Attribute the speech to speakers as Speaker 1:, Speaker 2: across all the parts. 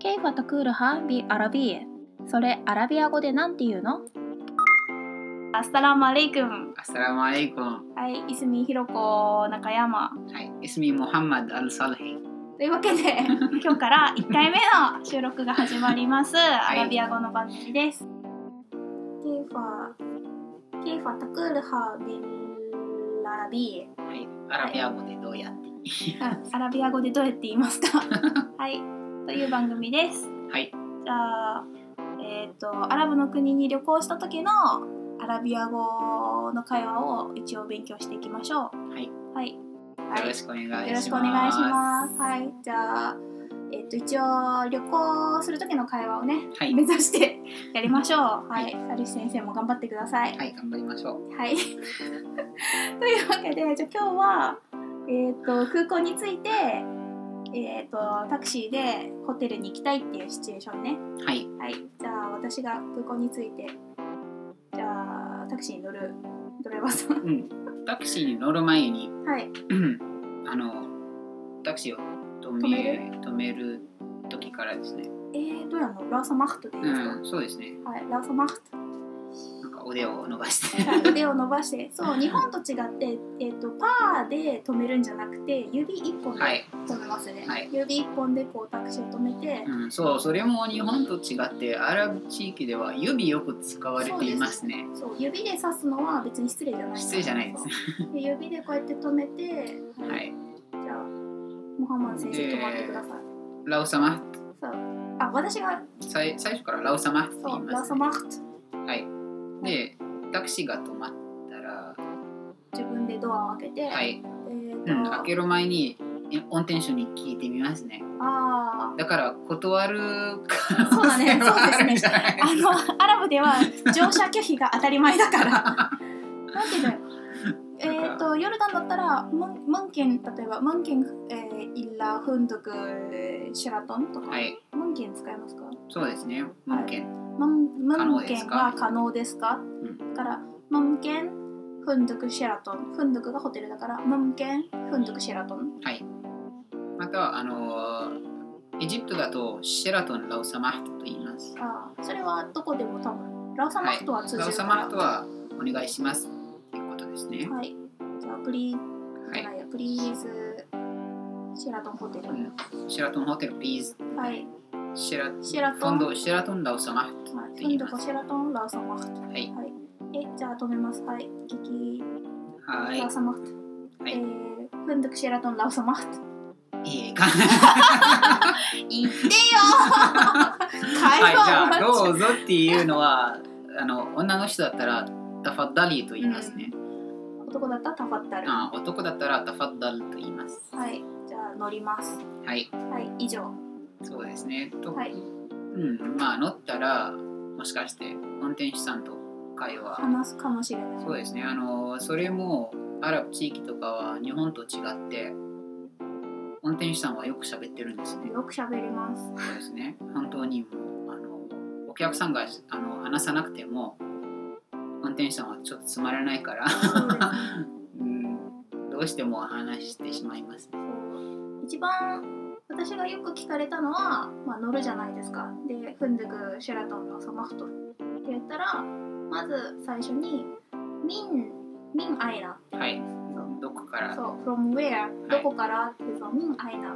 Speaker 1: كيف تقولها بالعربية それアラビア語でなんて言うのアスタラマレイクン
Speaker 2: アッサラムアレイコン。
Speaker 1: はい、泉ひろこ中山
Speaker 2: はい。イスミモハンマド・アル・サルヘイ。
Speaker 1: というわけ で今日から1回目の収録が始まります、
Speaker 2: い
Speaker 1: アラビア語の番組ですケイファケイファタクールハビルアラビ
Speaker 2: はい。アラビア語でどうやって。
Speaker 1: アラビア語でどうやって言います かはいという番組です
Speaker 2: はい。
Speaker 1: じゃあえっ、とアラブの国に旅行した時のアラビア語の会話を一応勉強していきましょう
Speaker 2: はい。
Speaker 1: はい
Speaker 2: よろしくお願いします。
Speaker 1: よろしくお願いします。はい、じゃあ、えっ、と、一応旅行する時の会話をね、
Speaker 2: す。はい
Speaker 1: 目。指してやりましょう。は
Speaker 2: はい
Speaker 1: い、サリス先生も頑張ってください。
Speaker 2: はい、頑張りましょう。
Speaker 1: はい。 というわけで、じゃあ、今日は、えっ、と、空港に着いて。えっ、と、タクシーでホテルに行きたいっていうシチュエーションね。
Speaker 2: はい。
Speaker 1: はい、じゃあ、私が空港に着いて。じゃあ、タクシーに乗る。ドライバー さん。
Speaker 2: うん。タクシーに乗る前 に、
Speaker 1: はい。
Speaker 2: うんあの、タクシーを止め
Speaker 1: 止
Speaker 2: る、止める時からですね。
Speaker 1: えー、どうやんの、ラーサマフトでいいですか。
Speaker 2: うん、そうですね。
Speaker 1: はい、ラーサマフト。
Speaker 2: なんか腕を伸ば して。
Speaker 1: さ腕を伸ば してそう日本と違って、えー、とパーで止めるんじゃなくて指一本で
Speaker 2: はい。
Speaker 1: 止めますね、
Speaker 2: はい
Speaker 1: 指一本でこうタクシーを止めて、
Speaker 2: うん、そう、それも日本と違って、アラブ地域では指よく使われていますね。
Speaker 1: そう指で指すのは別に失礼じゃない
Speaker 2: 失礼じゃないですね。
Speaker 1: そうで指でこうやって止めて、は
Speaker 2: はい。
Speaker 1: じゃあモハマン先生
Speaker 2: で
Speaker 1: 止まってください
Speaker 2: ラオ様、
Speaker 1: そうあ私が
Speaker 2: 最最初からラオ様って言
Speaker 1: そ
Speaker 2: いうま
Speaker 1: ラ
Speaker 2: す
Speaker 1: サ
Speaker 2: ね、
Speaker 1: マフト
Speaker 2: はい。で、タクシーが止まったら、
Speaker 1: 自分でドアを開けて、
Speaker 2: はい。
Speaker 1: えー
Speaker 2: う
Speaker 1: と、
Speaker 2: ん、開ける前に、え運転手に聞いてみますね。
Speaker 1: あ
Speaker 2: だから断る可
Speaker 1: そう
Speaker 2: 能
Speaker 1: だね
Speaker 2: 性はあるんじゃない
Speaker 1: ーあのアラブでは乗車拒否が当たり前だからなんていうのえー、とヨルダンだったらムンムンケン例えばムンケン、えー、イラフンドクえーシェラトンとか、
Speaker 2: はい、
Speaker 1: ムンケン使えますか
Speaker 2: そうですね。ムンケン。
Speaker 1: ムンム
Speaker 2: 可能
Speaker 1: ン
Speaker 2: で
Speaker 1: ケ
Speaker 2: す
Speaker 1: ン
Speaker 2: か
Speaker 1: は可能ですか
Speaker 2: うん
Speaker 1: だからムンケンフンドクシェラトンフンドクがホテルだからムンケンフンドクシェラトン
Speaker 2: はい。またはあのーエジプトだとシェラトンラオサマハトと言います。
Speaker 1: あーそれはどこでも多分ラオサマフトは通じる
Speaker 2: ラオ
Speaker 1: か
Speaker 2: サ
Speaker 1: ら、
Speaker 2: マハトはお願いしますということですね。
Speaker 1: はいじゃあプリ,、
Speaker 2: はい。
Speaker 1: い、プリーズシェラトンホテル、
Speaker 2: うんシェラトンホテル please。
Speaker 1: はい
Speaker 2: シェラ
Speaker 1: シェラト
Speaker 2: 今
Speaker 1: ン
Speaker 2: 度シェラトンラオサマハト。
Speaker 1: はい、今度こちらとラーサマフト。はいえ、じゃあ止めます。はい、キキ、
Speaker 2: は
Speaker 1: ラーサマフト。
Speaker 2: はい
Speaker 1: えー、フンドクシェラトンラーサマフト。
Speaker 2: い。いい 感じ。
Speaker 1: 言ってよ
Speaker 2: はい、
Speaker 1: 会
Speaker 2: じゃあ
Speaker 1: 話
Speaker 2: ど
Speaker 1: を
Speaker 2: うぞっていうのは あの女の人だったらタファッダリーと言いますね、
Speaker 1: 男だったらタファッタル。は
Speaker 2: あ男だったらタファッダルと言います
Speaker 1: い、じゃあ乗ります。
Speaker 2: はい
Speaker 1: はい、以上。
Speaker 2: そうですねと、
Speaker 1: はい
Speaker 2: うんまあ乗ったらもしかして運転手さんと会話
Speaker 1: 話すかもしれない。
Speaker 2: そうですねあのそれもアラブ地域とかは日本と違って運転手さんはよく喋ってるんですね
Speaker 1: よく喋ります。
Speaker 2: そうですね本当にもうあのお客さんがあの話さなくても運転手さんはちょっとつまらないから
Speaker 1: そうです
Speaker 2: うんどうしても話してしまいますね。
Speaker 1: そう一番私がよく聞かれたのは、まあ、乗るじゃないですかでフンドゥクシェラトンのサマフトって言ったらまず最初に「ミン」「ミンアイナ
Speaker 2: はい。どこか」ら。
Speaker 1: そう「from where」「どこから」って言うと「ミンアイナ」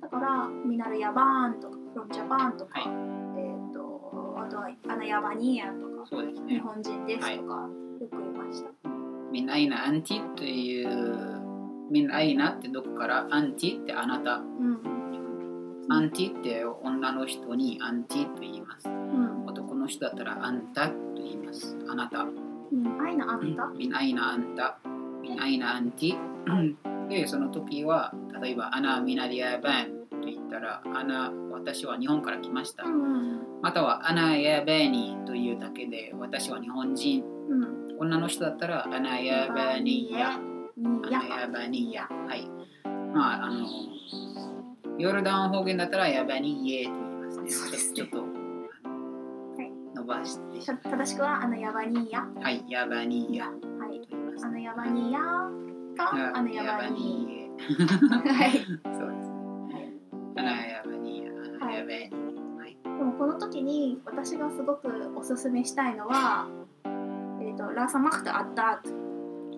Speaker 1: だから「ミナルヤバーン」とか「from Japan」とか、
Speaker 2: はい
Speaker 1: えっ、とあとは「アナヤバニーヤ」とか
Speaker 2: そうです
Speaker 1: 「日
Speaker 2: ね。
Speaker 1: 本人です」とか、よく言いました
Speaker 2: みんないなアンティという。みんないなってどこからアンティってあなた。
Speaker 1: うん
Speaker 2: アンティって女の人にアンティと言います。
Speaker 1: うん
Speaker 2: 男の人だったらあんたと言います。あなた。
Speaker 1: ミンアイナあんた、
Speaker 2: みんないなあんた。みんないなアンティ。うんで、その時は、例えば、アナ・ミナリア・バンと言ったら、アナ、私は日本から来ました。
Speaker 1: うん
Speaker 2: または「アナやベニー」というだけで私は日本人
Speaker 1: うんうん
Speaker 2: 女の人だったら「アナやベニーヤ」「ア
Speaker 1: ニ
Speaker 2: ナやベニーヤ」はいまああのヨルダン方言だったら「やベニーエ」と言いますね
Speaker 1: そうですね
Speaker 2: ちょっと
Speaker 1: はい
Speaker 2: 伸ばして
Speaker 1: た正しくはあのヤバニーヤ。は
Speaker 2: はい「やベニーヤ」
Speaker 1: い。
Speaker 2: と言います
Speaker 1: あのヤバニーヤかあのヤバニ
Speaker 2: ー
Speaker 1: ーヤ。はい。
Speaker 2: ヤそうですね「アナやベニーヤ」「アナやベ
Speaker 1: この時に私がすごくおすすめしたいのは、えー、とラサマクトアッタート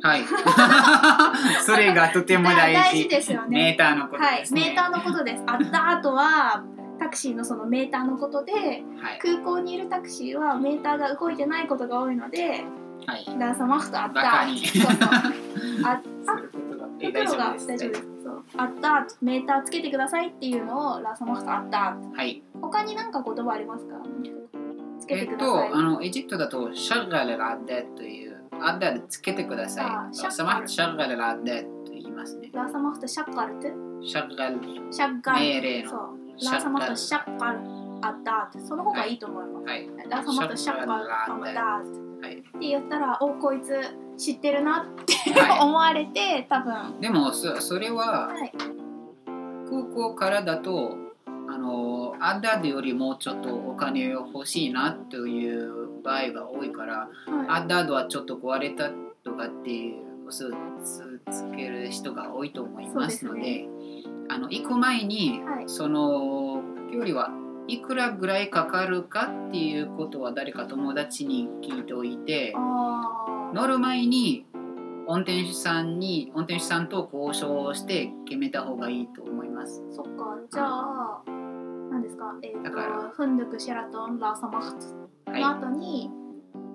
Speaker 2: はい。 それがとても大事。
Speaker 1: 大事ですよね
Speaker 2: メーターのこと
Speaker 1: はい
Speaker 2: です、ね。
Speaker 1: メーターのことです。アッタートはタクシーのそのメーターのことで
Speaker 2: はい。
Speaker 1: 空港にいるタクシーはメーターが動いてないことが多いので
Speaker 2: はい。
Speaker 1: ラサマクトアッタ
Speaker 2: バカ
Speaker 1: ー
Speaker 2: に
Speaker 1: トそうそうあ
Speaker 2: そういうことが。え
Speaker 1: ところが
Speaker 2: 大丈夫
Speaker 1: 大
Speaker 2: です。
Speaker 1: 丈夫です。そうあったーメーターつけてくださいっていうのをラサマフトあったー
Speaker 2: はい。
Speaker 1: 他に何か言葉ありますかつけ
Speaker 2: え
Speaker 1: てく
Speaker 2: っ
Speaker 1: ださい。
Speaker 2: と、あの、エジプトだと、シャルガルラッデという、アッダルつけてくださ
Speaker 1: あ
Speaker 2: い。
Speaker 1: シャッガル
Speaker 2: サマッシャルガルラッデと言いますね。
Speaker 1: ラサマフトシャッカルテ
Speaker 2: シャルガル、
Speaker 1: シャッガ
Speaker 2: 命
Speaker 1: ル
Speaker 2: 令
Speaker 1: そう
Speaker 2: の。
Speaker 1: ラサマフト
Speaker 2: シ
Speaker 1: シ
Speaker 2: ャ
Speaker 1: ャッカルあったーその方がいいと思います。
Speaker 2: はい。
Speaker 1: ラサマフトシャッカルあったー
Speaker 2: はい
Speaker 1: って言ったら、おこいつ知ってるなって
Speaker 2: はい
Speaker 1: 思われて多分。は
Speaker 2: でも、そそれは、
Speaker 1: い。
Speaker 2: 空港からだと、あの、アッダルよりもちょっとお金を欲しいなという場合が多いから、
Speaker 1: は
Speaker 2: アッダードはちょっと壊れたとかっていう嘘をつつける人が多いと思いますの
Speaker 1: そ
Speaker 2: で
Speaker 1: うで
Speaker 2: あの行く前に、
Speaker 1: はい
Speaker 2: その距離はいくらぐらいかかるかっていうことは誰か友達に聞いておいて
Speaker 1: い。あ
Speaker 2: 乗る前に運転手さんに運転手さんと交渉をして決めた方がいいと思います。
Speaker 1: あ、そっか。じゃあ、何ですかえっ、
Speaker 2: だ
Speaker 1: と
Speaker 2: から、
Speaker 1: フンドクシェラトンラサマフト
Speaker 2: はい、
Speaker 1: の
Speaker 2: は
Speaker 1: 後に、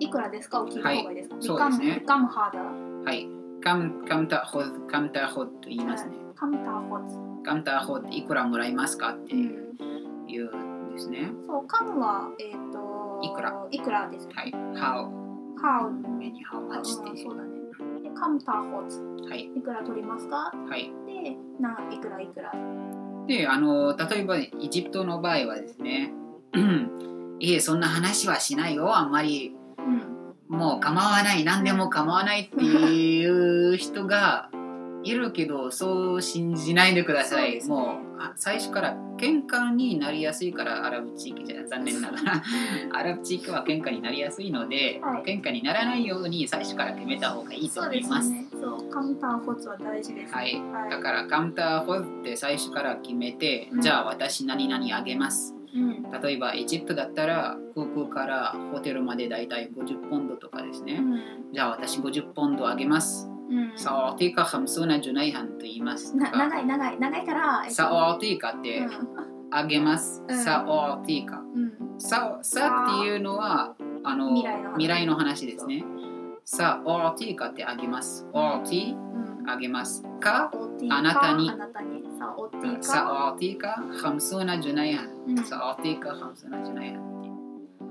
Speaker 1: いくらですかを聞いた方がいいですか、
Speaker 2: い
Speaker 1: ビ
Speaker 2: そうで
Speaker 1: カ
Speaker 2: す
Speaker 1: ム、
Speaker 2: ね
Speaker 1: ビカムハーダー、
Speaker 2: い、カムカムタホズカムタホズと言いますね。
Speaker 1: カムターホツ、
Speaker 2: カムタホズいくらもらえますかっていう言うんですね。
Speaker 1: そう、カムは、えっ、と、
Speaker 2: いくら
Speaker 1: いくらですよね。
Speaker 2: はい。How
Speaker 1: ハウ、
Speaker 2: 目に How
Speaker 1: あ
Speaker 2: much
Speaker 1: うん
Speaker 2: ってい
Speaker 1: そううだね。で、カムターホツ、
Speaker 2: はい
Speaker 1: いくら取りますか
Speaker 2: はい。
Speaker 1: で、なん、いくらいくら。
Speaker 2: で、あの例えばエジプトの場合はですね、 いえそんな話はしないよあんまり
Speaker 1: うん。
Speaker 2: もう構わない何でも構わないっていう人がいるけどそう信じないでくださ
Speaker 1: そう
Speaker 2: い、
Speaker 1: ですね
Speaker 2: もうあ最初から喧嘩になりやすいからアラブ地域じゃ残念ながら アラブ地域は喧嘩になりやすいので、
Speaker 1: はい
Speaker 2: 喧嘩にならないように最初から決めた方がいいと
Speaker 1: そう
Speaker 2: 思
Speaker 1: で
Speaker 2: い
Speaker 1: す
Speaker 2: ます。
Speaker 1: ね。そう、カムターホツは大事です、ね。
Speaker 2: はい
Speaker 1: はい。
Speaker 2: だからカウンターホーって最初から決めて、
Speaker 1: うん
Speaker 2: じゃあ私何々あげます
Speaker 1: うん。
Speaker 2: 例えばエジプトだったら空港からホテルまでだいたい50ポンドとかですね、じゃあ私50ポンドあげます、
Speaker 1: うん。うん。
Speaker 2: サオーティカハムソナジュナイハンと言います
Speaker 1: な
Speaker 2: が
Speaker 1: 長い長い長いから、えっと
Speaker 2: サオーティカってあげます、
Speaker 1: うん
Speaker 2: サオーティカ
Speaker 1: うん。うん。
Speaker 2: ささっていうのはあの
Speaker 1: 未来の話
Speaker 2: の話ですねさオーティカってあげますオーティ
Speaker 1: うん。
Speaker 2: あげますか
Speaker 1: おっていい
Speaker 2: あなたに
Speaker 1: あなたに。さあ、おっていいか。
Speaker 2: سأعطيك خمسون جنيها
Speaker 1: うん
Speaker 2: سأعطيك خمسون جنيها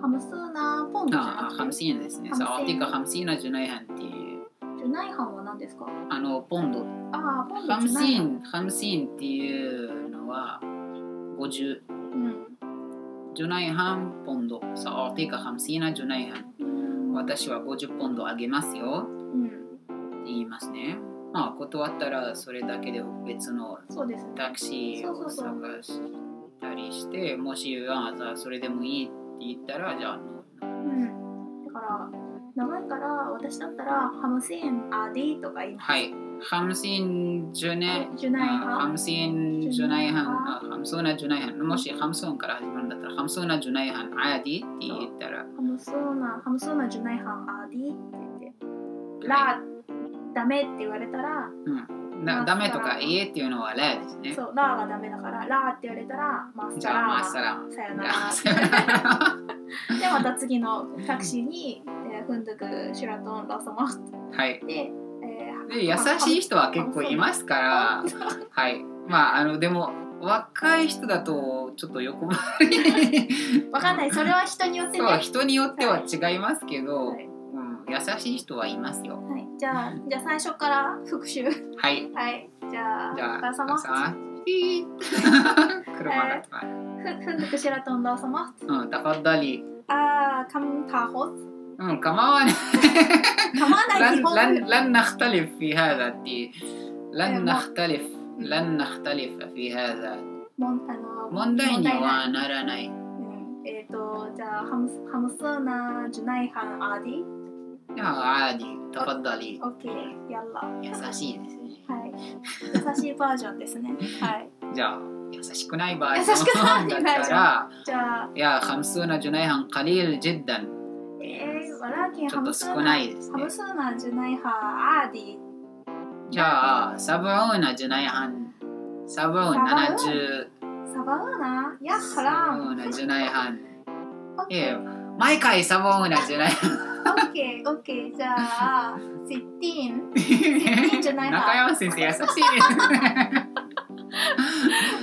Speaker 1: ハムスーナーポンドじゃな
Speaker 2: あ
Speaker 1: くて。
Speaker 2: 50ですね
Speaker 1: 50
Speaker 2: سأعطيك خمسين جنيها っていう
Speaker 1: ジュナイハンは何ですか
Speaker 2: あのポンド
Speaker 1: ああ、ポンドジュナイハン。
Speaker 2: 50 50っていうのは50
Speaker 1: うん
Speaker 2: ジュナイハンポンド سأعطيك خمسين جنيها
Speaker 1: うん。
Speaker 2: 私は50ポンドあげますよ
Speaker 1: うん。
Speaker 2: って言いますねまあ断ったらそれだけで別の
Speaker 1: そうですね。
Speaker 2: タクシーを探したりしてもしあじゃあそれでもいいって言ったらじゃあ
Speaker 1: うん。だから、長いから、私だったら、ハムセンアディとか言います。
Speaker 2: はい。50ジュネ
Speaker 1: ジュナイハン。
Speaker 2: 50ジュナイハン50ジュナイハンもし50から始まるんだったら50ジュナイハンアーディって言ったら
Speaker 1: ハムスーナ、ハムスーナジュナイハンアディって言って。ラ、ダメって言われたら、
Speaker 2: うんだダメとかええっていうのはラーですね
Speaker 1: そう、ラがダメだから、ラって言われたら、マス
Speaker 2: じ
Speaker 1: タ
Speaker 2: ゃあ
Speaker 1: ラ
Speaker 2: マッサラン
Speaker 1: さよな
Speaker 2: あ
Speaker 1: ら。
Speaker 2: そうは
Speaker 1: でまた次のタクシーに、えー、フンドクシュラトンラサマっ
Speaker 2: い
Speaker 1: て、え
Speaker 2: で優しい人は結構いますからはいまああのでも若い人だとちょっと横回り
Speaker 1: ー、わかんないそれは人によってね、
Speaker 2: そう
Speaker 1: はい
Speaker 2: 人によっては違いますけど、
Speaker 1: はい
Speaker 2: うん、優しい人はいますよ
Speaker 1: じゃあじゃあ最初から復習
Speaker 2: はい
Speaker 1: はいじゃあ
Speaker 2: じゃあ、
Speaker 1: ラサマ
Speaker 2: さ
Speaker 1: ッ
Speaker 2: あ、 ピー車が止まる。
Speaker 1: フフンドクシュラトンラサマッ
Speaker 2: うん、ダファッダリ。
Speaker 1: あーカムタホツ
Speaker 2: うん、構わない。
Speaker 1: かまない
Speaker 2: نعم، لن
Speaker 1: 基本
Speaker 2: لن لن نختلف في هذا الدين. لن
Speaker 1: ما-
Speaker 2: نختلف لن نختلف في هذا.
Speaker 1: もんあの
Speaker 2: 問題に
Speaker 1: ない
Speaker 2: はならない。
Speaker 1: うんえっ、とじゃあハムスハムスーナジュナイハンアーディ
Speaker 2: いや、あり、ダファッダリ。
Speaker 1: オッケーやっらは
Speaker 2: 優しいですね。
Speaker 1: い優しいバージョンですねはい
Speaker 2: じゃあ、優しくない場合の
Speaker 1: 優しくない
Speaker 2: だ ったら
Speaker 1: じゃあ、
Speaker 2: いや50 جنيها قليل جدا
Speaker 1: えー、ولكن
Speaker 2: ちょっと少ないですね
Speaker 1: خمسون جنيها عادي
Speaker 2: じゃあ70 جنيها 70
Speaker 1: سبعون يا
Speaker 2: 70
Speaker 1: حرام
Speaker 2: جنيها إيه. い
Speaker 1: أوكي
Speaker 2: やいや毎回70 جنيها
Speaker 1: أوكي أوكي じゃあ ستين
Speaker 2: 中
Speaker 1: جنيها
Speaker 2: 山先生優しいですね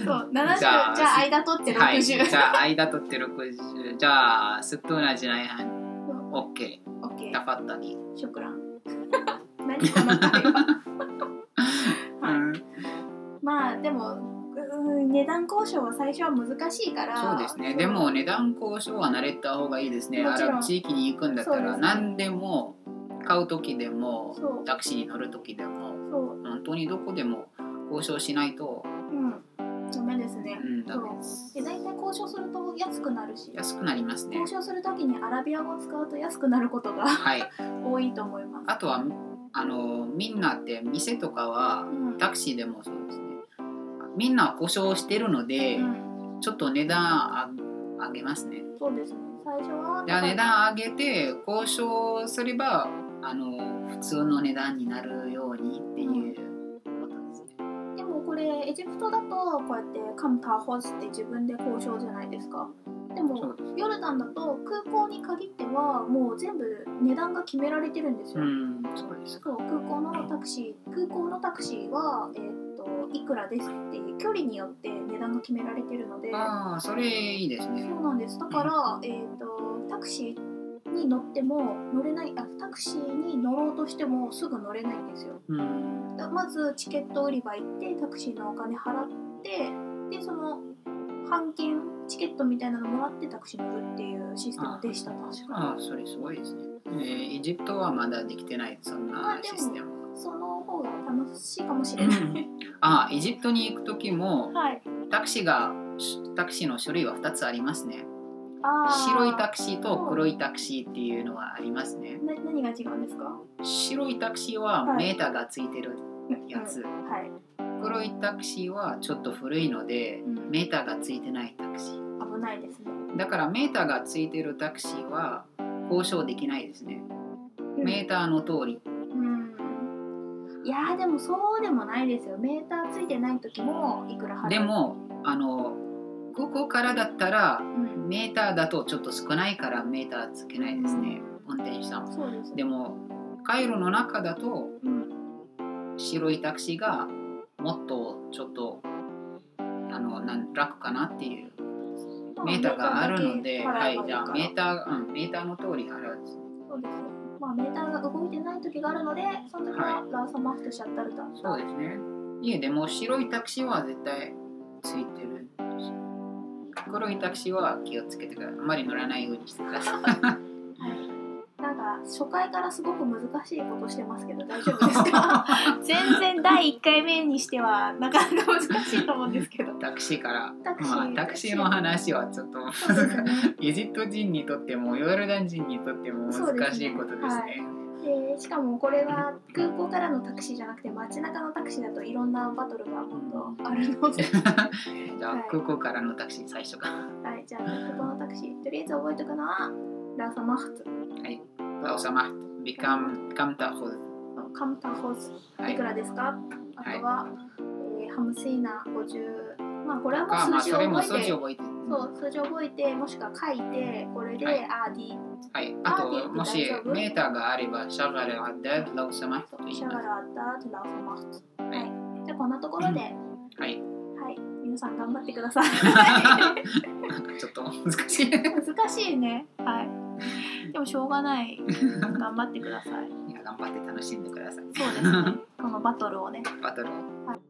Speaker 1: そう70じ
Speaker 2: じ
Speaker 1: ゃあ
Speaker 2: ゃあ
Speaker 1: 間取って60、
Speaker 2: はいじゃあ間取って60じゃあ70 جنيها OK
Speaker 1: OK
Speaker 2: ダファッタリ
Speaker 1: ショクラン 何この 会話はい
Speaker 2: うん
Speaker 1: まあでもうーん値段交渉は最初は難しいから
Speaker 2: そうですね。でも値段交渉は慣れた方がいいですね。
Speaker 1: も
Speaker 2: ア
Speaker 1: ちろん
Speaker 2: ラブ地域に行くんだった
Speaker 1: そうです
Speaker 2: ら
Speaker 1: ね
Speaker 2: 何でも買う時でも
Speaker 1: そう
Speaker 2: タクシーに乗る時でも
Speaker 1: そう
Speaker 2: 本当にどこでも交渉しないと、
Speaker 1: うんダメですね
Speaker 2: うん、ダメです
Speaker 1: で。大体交渉すると安くなるし
Speaker 2: 安くなりますね
Speaker 1: 交。渉するときにアラビア語を使うと安くなることが
Speaker 2: はい。
Speaker 1: 多いと思います
Speaker 2: あとはあのみんなって店とかは
Speaker 1: うん
Speaker 2: タクシーでもそうですね。みんな故障してるので、
Speaker 1: うん
Speaker 2: ちょっと値段あ上げますね。
Speaker 1: そうですね最初は
Speaker 2: じゃあ値段上げて交渉すればあの普通の値段になるようにっていうことですね。
Speaker 1: でもこれエジプトだとこうやってカムタホスって自分で交渉じゃないですかで
Speaker 2: そ
Speaker 1: も
Speaker 2: うです
Speaker 1: ヨルダンだと空港に限ってはもう全部値段が決められてるんです
Speaker 2: う
Speaker 1: よ、
Speaker 2: ん、そうですか。
Speaker 1: そう空港のタクシー空港のタクシーは、えー、といくらですっていう距離によって値段が決められてるので
Speaker 2: ああ、それいいですね。
Speaker 1: そうなんですだから、えー、とタクシーに乗っても乗れないあタクシーに乗ろうとしてもすぐ乗れないんですよ
Speaker 2: うん、
Speaker 1: だまずチケット売り場行ってタクシーのお金払ってでその半券チケットみたいなのもらってタクシー乗るっていうシステムでした確か
Speaker 2: ああ、それすごいですね。えーエジプトはまだできてないそん
Speaker 1: まあ
Speaker 2: な
Speaker 1: でも
Speaker 2: システム。
Speaker 1: その方が楽しいかもしれない
Speaker 2: ああ、エジプトに行く時 も
Speaker 1: はい
Speaker 2: タクシーがタクシーの種類は2つありますね。
Speaker 1: あー
Speaker 2: 白いタクシーと黒いタクシーっていうのはありますね。
Speaker 1: な何が違うんですか
Speaker 2: 白いタクシーはメーターがついてるやつ。
Speaker 1: はい、
Speaker 2: 黒いタクシーはちょっと古いので
Speaker 1: うん
Speaker 2: メーターがついてないタクシー
Speaker 1: 危ないですね、
Speaker 2: だからメーターがついてるタクシーは交渉できないですね、
Speaker 1: うん
Speaker 2: メーターの通り
Speaker 1: うんいやーでもそうでもないですよメーターついてない時もいくら払う
Speaker 2: で、もあの空港からだったら
Speaker 1: うん、
Speaker 2: メーターだとちょっと少ないからメーターつけないですね運転手さんは
Speaker 1: そうですね
Speaker 2: でもカイロの中だと
Speaker 1: うん、
Speaker 2: 白いタクシーがもっとちょっとあのなん楽かなっていうメーターがあるので、
Speaker 1: ま
Speaker 2: は
Speaker 1: メータ
Speaker 2: い、じゃ
Speaker 1: ーだ
Speaker 2: あ
Speaker 1: け払えばいい
Speaker 2: メ
Speaker 1: か
Speaker 2: ーター、うん、メーターの通り払う。
Speaker 1: らそうですねまあメーターが動いてない時があるのでその時は
Speaker 2: は
Speaker 1: ラーサマフトシャッタルだ
Speaker 2: そうですね。いえ、でも白いタクシーは絶対ついてる。黒いタクシーは気をつけてください。あまり乗らないようにしてください。
Speaker 1: なんか初回からすごく難しいことしてますけど大丈夫ですか 全然第1回目にしてはなかなか難しいと思うんですけど
Speaker 2: タクシーから。
Speaker 1: タクシー
Speaker 2: まあ、タクシーの話はちょっと。
Speaker 1: そうですね
Speaker 2: エジプト人にとってもヨルダン人にとっても難しいことですね。
Speaker 1: でしかもこれは空港からのタクシーじゃなくて街中のタクシーだといろんなバトルが本当あるの で
Speaker 2: じゃあ、
Speaker 1: はい
Speaker 2: 空港からのタクシー最初から。
Speaker 1: はいじゃあ空港のタクシーとりあえず覚えておくのはラサマフト
Speaker 2: はい。おさま、ビカム、カムタホル。
Speaker 1: カムタホース
Speaker 2: はいい
Speaker 1: く。らですか、あとは、えーハムスイナ50まあこれは
Speaker 2: か、
Speaker 1: もう
Speaker 2: まあ、
Speaker 1: 数字
Speaker 2: それ
Speaker 1: を
Speaker 2: も
Speaker 1: 覚
Speaker 2: 数
Speaker 1: えて
Speaker 2: 字
Speaker 1: そう
Speaker 2: 覚えて。
Speaker 1: 数字を覚えてもしくは書いてこれで、
Speaker 2: はい
Speaker 1: あーディ
Speaker 2: はい、あ
Speaker 1: あーで
Speaker 2: ともし
Speaker 1: 大丈夫
Speaker 2: メーターがあればシャガルアダラウサマと言い
Speaker 1: シャ
Speaker 2: ま
Speaker 1: ガ
Speaker 2: す。
Speaker 1: ルアッタートラサマフト
Speaker 2: は
Speaker 1: はいいじゃあこんなところで、はい
Speaker 2: はい、
Speaker 1: 皆さん頑張ってくださ い
Speaker 2: なんかちょっと難しい。い
Speaker 1: 難しいねはいでもしょうがない頑張ってください
Speaker 2: や頑張って楽しんでください。
Speaker 1: そうですねこのバトルをね
Speaker 2: バトルを。
Speaker 1: はい